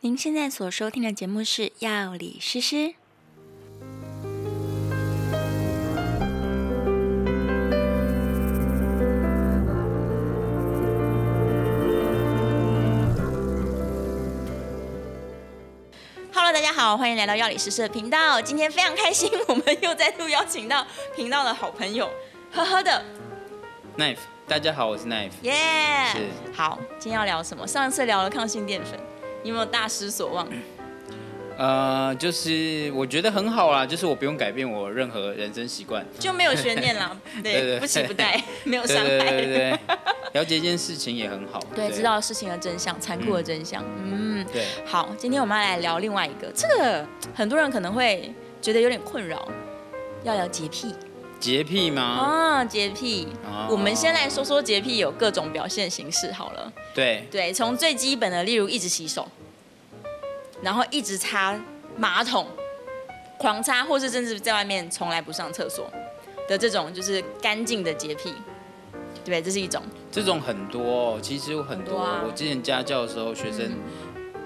您现在所收听的节目是《药理诗诗》。Hello，大家好，欢迎来到药理诗诗的频道。今天非常开心，我们又再度邀请到频道的好朋友，呵呵的 Knife，大家好，我是 Knife。耶、是好，今天要聊什么？上次聊了抗性淀粉，你有没有大失所望？呃，就是我觉得很好啦，就是我不用改变我任何人生习惯。就没有悬念啦，对， 对对不期不 待，没有对伤害。对对对对，了解一件事情也很好。对知。道事情的真相，残酷的真相。嗯，对，好，今天我们要来聊另外一个，这个很多人可能会觉得有点困扰，要聊洁癖洁癖吗？啊，洁癖。哦我们先来说说洁癖有各种表现形式好了。对，对，从最基本的，例如一直洗手，然后一直擦马桶，狂擦，或是甚至在外面从来不上厕所的这种，就是干净的洁癖。对，这是一种。这种很多、哦，其实有很很多多。啊我之前家教的时候，学生嗯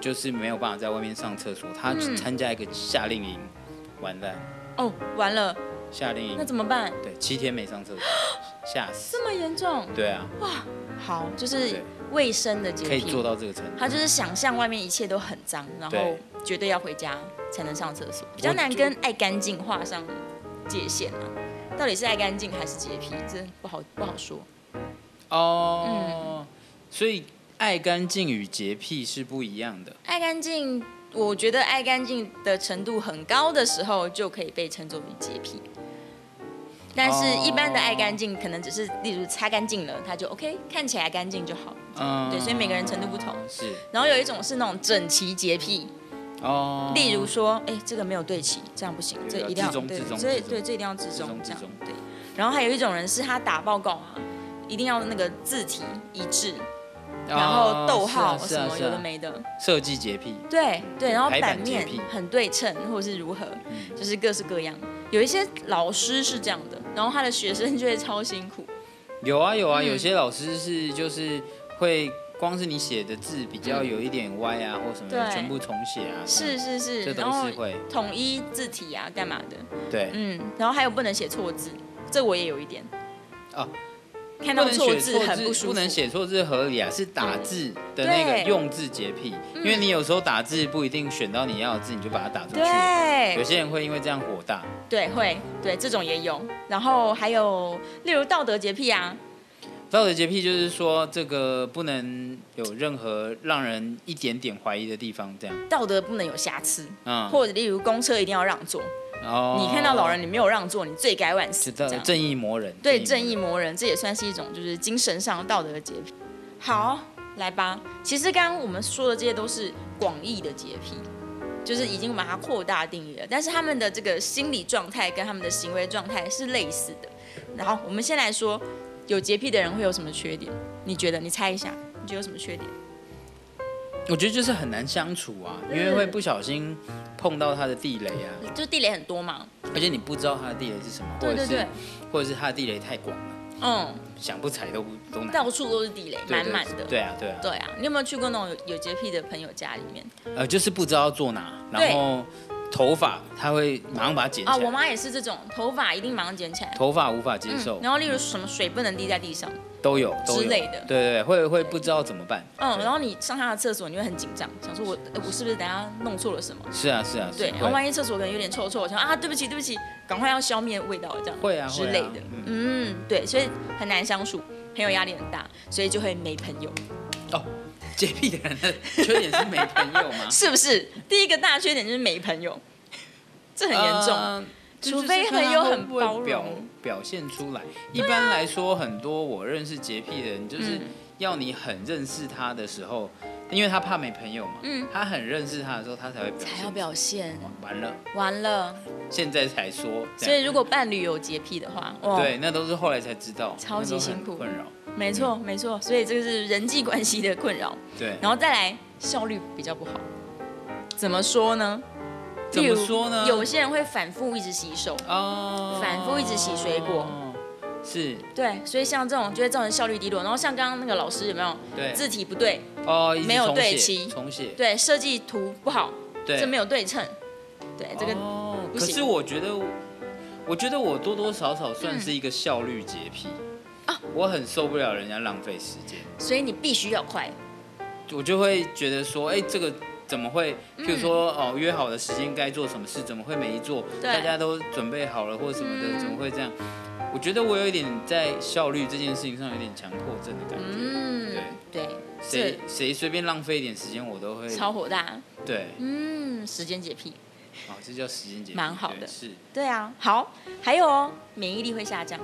就是没有办法在外面上厕所，他去参加一个夏令营，完蛋，哦，完了，夏令那营，怎么办？对，七天没上厕所，吓死。这么严重？对啊，好，就对是卫生的洁可以做癖。到这个程度。他就是想象外面一切都很脏，然后对绝对要回家才能上厕所，比较难跟爱干净画上界限啊。到底是爱干净还是洁癖，这不好不好说。嗯哦，所以爱干净与洁癖是不一样的。爱干净，我觉得爱干净的程度很高的时候，就可以被称作为洁癖。但是，哦一般的爱干净，可能只是例如擦干净了，它就 OK，看起来干净就好。嗯，对，所以每个人程度不同。是然后有一种是那种整齐洁癖，哦，例如说，哎，这个没有对齐，这样不行，这对一定要要自中对自，中这自中对这一定要自自中中这样自中对。然后还有一种人是他打报告啊，一定要那个字体一致，然后哦逗号是什啊么是有啊的是啊没的。设计洁癖，对对，然后排版版面洁癖很对称，或者是如何，嗯就是各式各样。有一些老师是这样的，然后他的学生就会超辛苦。有啊有啊，嗯有些老师是就是会光是你写的字比较有一点歪啊或什么的，嗯对全部重写啊，是是是，这然都后是会统一字体啊，干嘛的？对，嗯，然后还有不能写错字，这我也有一点。哦，看不到能错写字错很不字，舒服。不能写错字合理啊，是打字的那个对用字洁癖，因为你有时候打字不一定选到你要的字，你就把它打出去。有对些人会因为这样火大，对会对这种也有，然后还有例如道德洁癖啊，道德洁癖就是说，这个不能有任何让人一点点怀疑的地方，这样。道德不能有瑕疵，嗯，或者例如公车一定要让座，哦你看到老人，你没有让座，你罪该万死。就这到样正义魔人，对正义魔魔人，这也算是一种就是精神上道德的洁癖。好，来吧。其实刚刚我们说的这些都是广义的洁癖，就是已经把它扩大定义了。但是他们的这个心理状态跟他们的行为状态是类似的。然后我们先来说，有洁癖的人会有什么缺点？你觉得？你猜一下，你觉得有什么缺点？人。我觉得就是很难相处啊，因为会不小心碰到他的地雷啊，就地雷很多嘛。而且你不知道他的地雷是什么，对对或者对是，或者是他的地雷太广了，嗯，想不踩都不都难。到处都是地雷，对满对满的。对啊，对啊，对啊，你有没有去过那种有有洁癖的朋友家里面？呃，就是不知道做哪，对然后头发他会马上把它剪啊，起我来，妈也是这种，头发一定马上捡起来。头发无法接受，嗯然后例如什么水不能滴在地上，都有都有之类的对对，对会会不知道怎么办。嗯，对然后你上他的厕所，你会很紧张，想说我呃我是不是等下弄错了什么？是啊，是啊，对，是然后会万一厕所可能有点臭臭，我想啊对不起对不起，赶快要消灭味道这样会啊之类会的啊，嗯嗯，对，所以很难相处，朋友压力很大，所以就会没朋友，？哦，洁癖的人的缺点是没朋友吗是不是？第一个大缺点就是没朋友， 这 很严重，呃这除就是非看很他有会很不会包表容表现出来。一般来说，很多我认识洁癖的人，就是啊嗯要你很认识他的时候，因为他怕没朋友嘛，嗯他很认识他的时候，他才会还表现要表现，完了，完了。现在才说，所以这样如果伴侣有洁癖的话，哇，对，那都是后来才知道，超级那都很辛苦困扰，没错没错，所以这个是人际关系的困扰。对。然后再来效率比较不好。怎么说呢？怎么说呢例如有些人会反复一直洗手，哦，反复一直洗水果，是对，所以像这种就会造成效率低落。然后像刚刚那个老师有没有对字体不对，哦，一直没有重对写齐重写，对，设计图不好，对，这没有对称。对，这个哦，不可行嗯是我觉得我，我觉得我多多少少算是一个效率洁癖、啊我很受不了人家浪费时间，所以你必须要快。我就会觉得说，哎、这个怎么会？譬如说，哦，约好的时间该做什么事，怎么会没做？嗯对大家都准备好了或什么的，嗯怎么会这样？我觉得我有一点在效率这件事情上有点强迫症的感觉，嗯对，对，谁谁随便浪费一点时间，我都会这超火大。对，嗯，时间洁癖。哦，这叫时间洁癖，蛮好对的是。对啊，好，还有哦，免疫力会下降。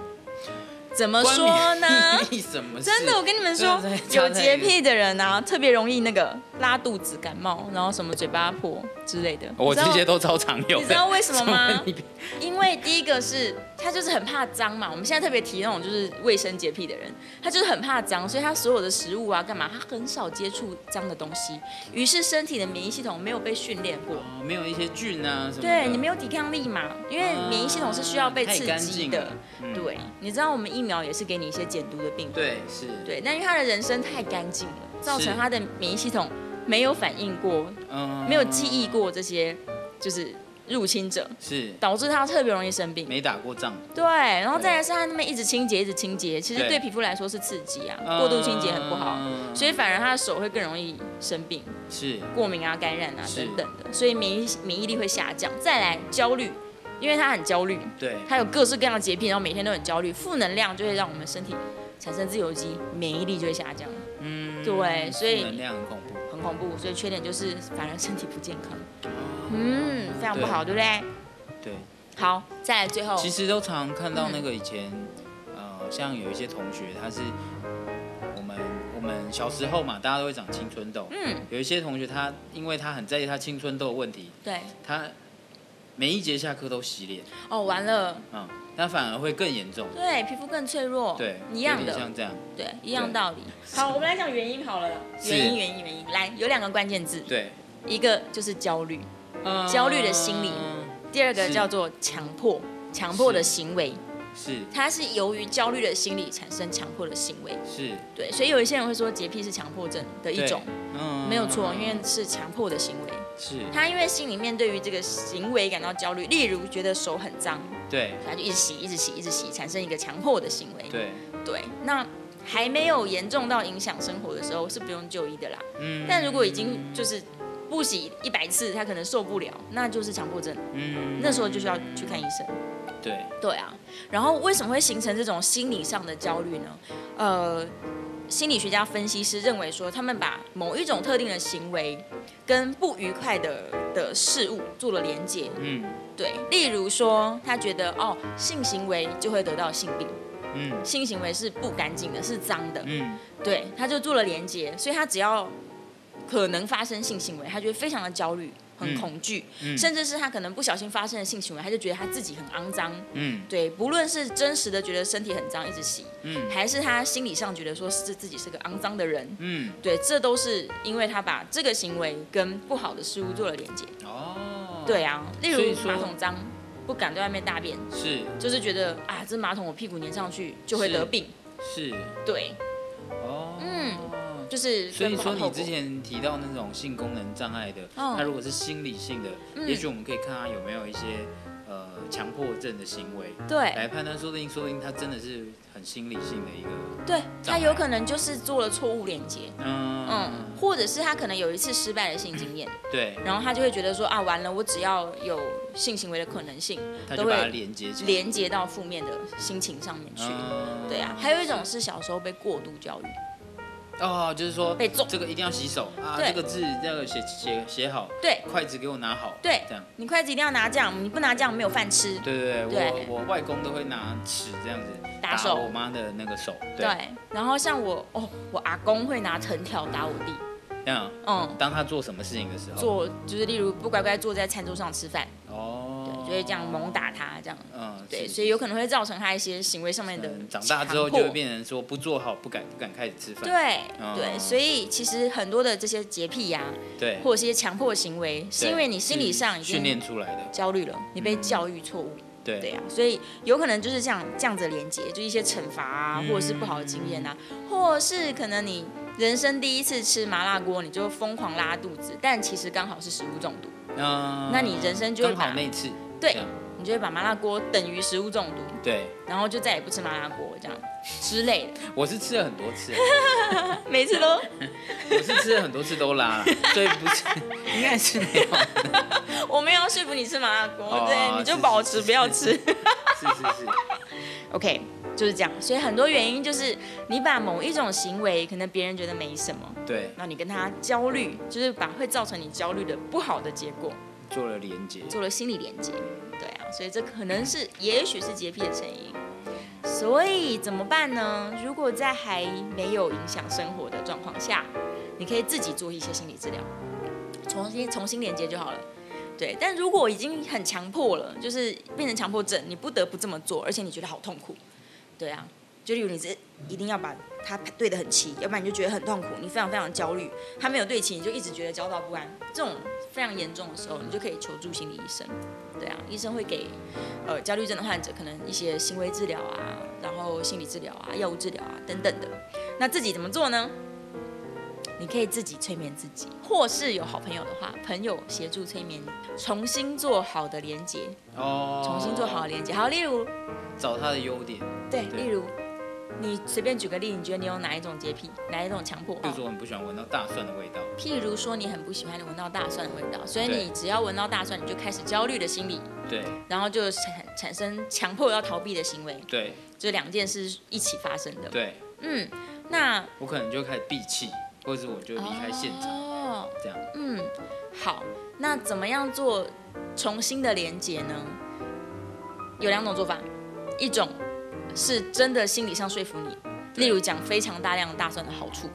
怎么说呢？关你什么事？真的，我跟你们说真的在，家有洁癖的人啊，特别容易那个拉肚子、感冒，然后什么嘴巴破之类的。我你这知道些都超常有的。你知 道为什么吗你别因为第一个是他就是很怕脏嘛，我们现在特别提那种就是卫生洁癖的人，他就是很怕脏，所以他所有的食物啊干嘛，他很少接触脏的东西，于是身体的免疫系统没有被训练过。哦没有一些菌啊什么的。对你没有抵抗力嘛，因为免疫系统是需要被刺啊太干激净的了。嗯对，你知道我们疫苗也是给你一些减毒的病毒。对是。对，但因为他的人生太干净了，造成他的免疫系统没有反应过，嗯没有记忆过这些就是入侵者，是导致他特别容易生病。没打过仗。对，然后再来是他那边一直清洁，一直清洁，其实对对皮肤来说是刺激啊，过度清洁很不好，嗯所以反而他的手会更容易生病、是过敏啊、感染啊是等等的，所以免疫免疫力会下降。再来焦虑，因为他很焦虑，对他有各式各样的洁癖，然后每天都很焦虑，负能量就会让我们身体产生自由基，免疫力就会下降。嗯对所以负能量很恐怖。很恐怖，所以缺点就是反而身体不健康，哦嗯，非常不好，对不对？对，好，再来最后，其实都常看到那个以前，呃，像有一些同学他是我们我们小时候嘛，大家都会长青春痘。嗯，有一些同学他因为他很在意他青春痘的问题，对，他每一节下课都洗脸，哦，完了，嗯，那反而会更严重。对，皮肤更脆弱，对，一样有点的，像这样。对，一样道理。好，我们来讲原因好了，是原因，原因，原因，来，有两个关键字，对，一个就是焦虑，嗯焦虑的心理第二个是叫做强迫，强迫的是行为，是它是由于焦虑的心理产生强迫的行为，是对，所以有一些人会说洁癖是强迫症的一种，，对嗯没有错，因为是强迫的行为。是他因为心里面对于这个行为感到焦虑，例如觉得手很脏，对他就一直洗、一直洗、一直洗，产生一个强迫的行为。对，对那还没有严重到影响生活的时候是不用就医的啦。嗯但如果已经就是不洗一百次，他可能受不了，那就是强迫症，嗯那时候就需要去看医生。对对啊，然后为什么会形成这种心理上的焦虑呢？呃，心理学家分析师认为说，他们把某一种特定的行为跟不愉快的的事物做了连接。嗯对，例如说，他觉得哦，性行为就会得到性病，嗯性行为是不干净的，是脏的，嗯对，他就做了连接，所以他只要可能发生性行为，他就会非常的焦虑。很嗯恐惧，嗯甚至是他可能不小心发生了性行为，他就觉得他自己很肮脏，嗯对，不论是真实的觉得身体很脏一直洗，嗯还是他心理上觉得说是自己是个肮脏的人，嗯对，这都是因为他把这个行为跟不好的事物做了连接。哦，对啊，例所以如说马桶脏，不敢在外面大便，是就是觉得啊，这马桶我屁股粘上去就会是得病。是对，哦嗯。就是所以跟不好说，的你后之果前提到那种性功能障碍的，嗯他如果是心理性的，嗯也许我们可以看他有没有一些呃强迫症的行为，对来判断，说不定说不定他真的是很心理性的一个，对，他障有碍可能就是做了错误连接，嗯嗯，或者是他可能有一次失败的性经验，对，然后他就会觉得说啊，完了，我只要有性行为的可能性，他都就会把它连接起来，连接到负面的心情上面去。嗯对啊，还有一种是小时候被过度教育，哦，就是说被揍这个一定要洗手啊，对这个字要写写写好，对筷子给我拿好，对这样，你筷子一定要拿这样，你不拿这样没有饭吃。对对对对，我我外公都会拿尺这样子打手我妈的那个手，对，然后像我哦，我阿公会拿藤条打我弟，这样，嗯，当他做什么事情的时候，坐就是例如不乖乖坐在餐桌上吃饭，哦对，，就会这样猛打他这样，嗯，对，是所以有可能会造成他一些行为上面的嗯长大之后强迫就会变成说不做好不敢不敢开始吃饭，对嗯对，所以其实很多的这些洁癖呀、对，或者是一些强迫行为，是对因为你心理上已是训经练嗯出来的，焦虑了，你被教育错误。对对啊，所以有可能就是嗯这样这样子的连接，就一些惩罚啊，或者是不好的经验啊，或是可能你人生第一次吃麻辣锅，你就疯狂拉肚子，但其实刚好是食物中毒，那那你人生就会刚好把那次，对这样你就会把麻辣锅等于食物中毒，对，然后就再也不吃麻辣锅这样之类的，我是吃了很多次，每次都我是吃了很多次都拉了，所以不是 应该是没有， 我没有要说服你吃麻辣锅，哦对，你就是保是持是不要吃。是是是， OK，就是这样。所以很多原因就是你把某一种行为，可能别人觉得没什么，对，那你跟他焦虑，就是把会造成你焦虑的不好的结果做了连接，做了心理连接。对啊，所以这可能是，也许是洁癖的成因。所以怎么办呢？如果在还没有影响生活的状况下，你可以自己做一些心理治疗，重新重新连接就好了。对，但如果已经很强迫了，就是变成强迫症，你不得不这么做，而且你觉得好痛苦，对啊，就例如你这一定要把它对得很齐，要不然你就觉得很痛苦，你非常非常焦虑，他没有对齐，你就一直觉得焦躁不安，这种非常严重的时候，你就可以求助心理医生，对啊，医生会给呃焦虑症的患者可能一些行为治疗啊，然后心理治疗啊、药物治疗啊等等的。那自己怎么做呢？你可以自己催眠自己，或是有好朋友的话，朋友协助催眠，重新做好的连接，哦，重新做好的连接。好，例如，找他的优点，对，对例如，你随便举个例，你觉得你有哪一种洁癖，哪一种强迫？比如说我很不喜欢闻到大蒜的味道，譬如说，你很不喜欢闻到大蒜的味道，所以对你只要闻到大蒜，你就开始焦虑的心理，对然后就产产生强迫要逃避的行为，对就两件事一起发生的。对，嗯，那我可能就开始闭气，或者是我就离开现场，哦，这样嗯，好，那怎么样做重新的连接呢？有两种做法，一种是真的心理上说服你，对例如讲非常大量大蒜的好处，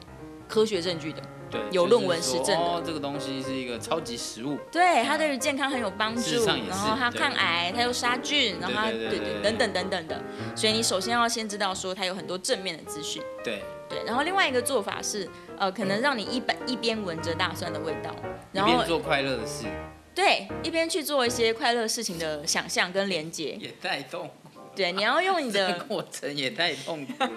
科学证据的，对，有就是论文说实证的哦，这个东西是一个超级食物，对它对于健康很有帮事助实上也，是然后它抗癌，它又杀菌，然后它对对对对对等等等等的，所以你首先要先知道说它有很多正面的资讯。对，对，然后另外一个做法是，呃，可能让你一边一边闻着大蒜的味道，一然后边做快乐的事，对，一边去做一些快乐事情的想象跟连接。也带动。对，你要用你啊这的个过程也太 痛苦了，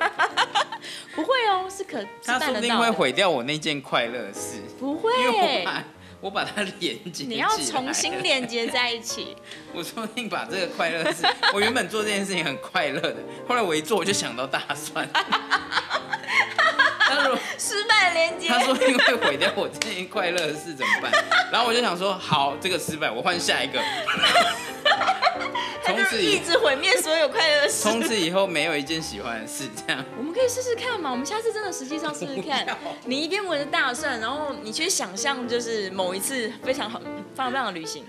不会哦，是可是他办说不得定到会的，毁掉我那件快乐的事，不 因为我会，把我把它连接，你要重新，连接在一起。我说不定把这个快乐的 事，我原本做这件事情很快乐的，后来我一做我就想到大 蒜，他说失败连接， 他说因为毁掉我这件快乐的事怎么办？ 然后我就想说好，这个失败我换下 一个，它从就此一以直毁灭所有快乐的事。从此以后没有一件喜欢的事这 样。我们可以试试看嘛，我们下次真的实际上试试看 不要。你一边闻着大蒜，然后你去想象，就是某一次非常好、非常非常的旅行，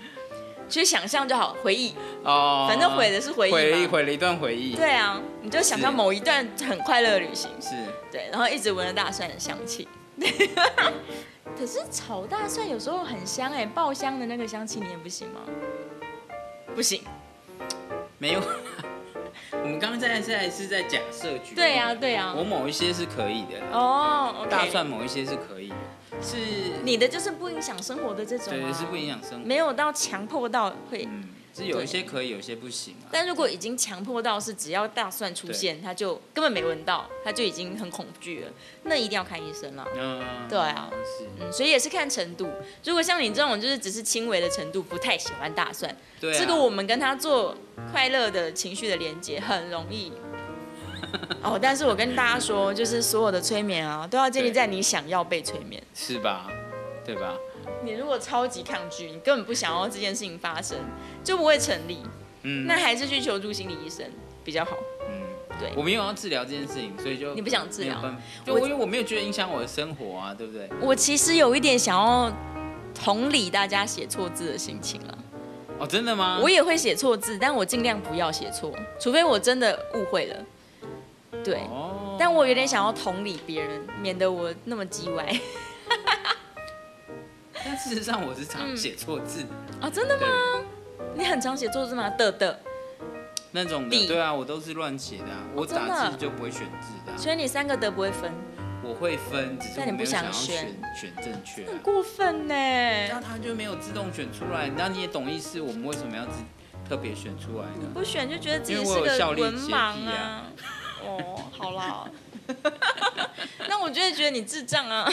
去想象就好，回忆。哦，反正毁的是回忆嘛毁了一毁了一段回忆，对啊，你就想象是某一段很快乐的旅行，是对，然后一直闻着大蒜的香 气。可是炒大蒜有时候很香哎、爆香的那个香气你也不行吗？不行。没有。 我们刚刚在在是在假设局，对呀、啊、对呀、我某一些是可以的啦，啊。哦、o k 大蒜某一些是可以的，是，你的就是不影响生活的这种、啊，对，是不影响生活，没有到强迫到会。嗯，是有一些可以，有一些不行啊。但如果已经强迫到是只要大蒜出现，他就根本没闻到，他就已经很恐惧了，那一定要看医生了。嗯，对啊是，嗯，所以也是看程度。如果像你这种就是只是轻微的程度，不太喜欢大蒜，对啊，这个我们跟他做快乐的情绪的连接很容 易。哦，但是我跟大家说，就是所有的催眠啊，都要建立对在你想要被催眠。是吧？对吧？你如果超级抗拒，你根本不想要这件事情发生，就不会成立。嗯，那还是去求助心理医生比较好。嗯，对我没有要治疗这件事情，所以就你不想治疗没有办法就我我因为我没有觉得影响我的生活啊，对不对？我其实有一点想要同理大家写错字的心情了。哦，真的吗？我也会写错字，但我尽量不要写错，除非我真的误会了。对，哦，但我有点想要同理别人，免得我那么叽歪。但事实上我是常嗯写错字， 哦，真的吗？对，你很常写错字吗？的的，那种地的，对啊，我都是乱写的啊，我哦真的打字就不会选字的啊，所以你三个的不会分，我会分，只是但你我没不有想想要选选选正确啊很。过分呢。那它就没有自动选出来，那你也懂意思，我们为什么要自特别选出来你呢？不选就觉得自己因为是我有个效率文洁癖盲啊啊。 哦，好啦， 那我就会觉得你智障啊！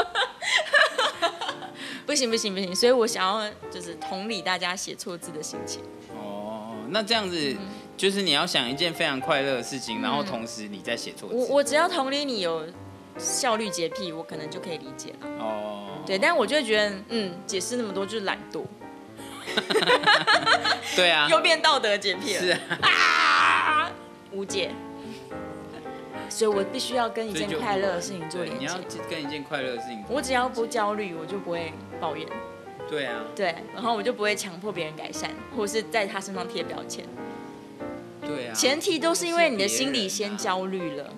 不行不行不行，所以我想要就是同理大家写错字的心情。哦，那这样嗯子就是你要想一件非常快乐的事情，然后同时你在写错字。我我只要同理你有效率洁癖，我可能就可以理解了。哦，对，但我就会觉得，嗯，解释那么多就是懒惰，对啊，又变道德洁癖了。是啊，啊， 无解。所以我必须要跟一所以件就快乐的事情做对，连你接要。跟一件快乐的事情。我只要不焦虑，我就不会抱怨，对啊，对，然后我就不会强迫别人改善，或是在他身上贴标签。对啊。前提都是因为你的是别心人里先啊焦虑了。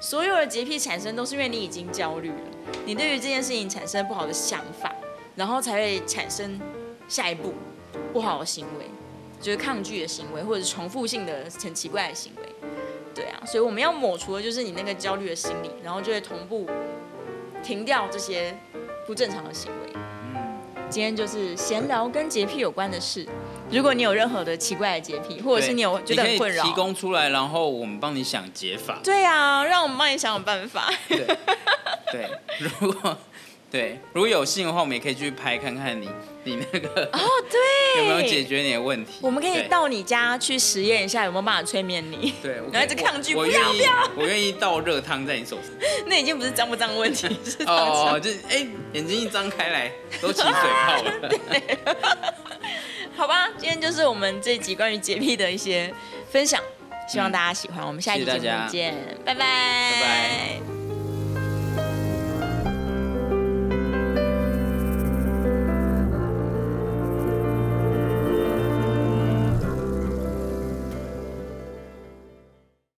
所有的洁癖产生都是因为你已经焦虑了，你对于这件事情产生不好的想法，然后才会产生下一步不好的行为，就是抗拒的行为或者是重复性的很奇怪的行为。对啊，所以我们要抹除的就是你那个焦虑的心理，然后就会同步停掉这些不正常的行为。嗯今天就是闲聊跟洁癖有关的事。如果你有任何的奇怪的洁癖，或者是你有对啊觉得很困你可以提扰，供出来，然后我们帮你想解 法。对啊，让我们帮你想想办 法。哦对，对，如果对如果有幸的话，我们也可以去拍看看你你那个哦，对，有没有解？决你的问题。我们可以对到你家去实验一下，有没有办法催眠你？对，我然后一可以直抗拒我我不要愿意我愿意倒热汤在 你手上。那已经不是脏不脏的问 题，是脏不哦，脏。就是哎、眼睛一张开来都起水泡了。 好吧，今天就是我们这一集关于洁癖的一些分享，希望大家喜欢。我们下一集谢节谢大目家见，拜拜。拜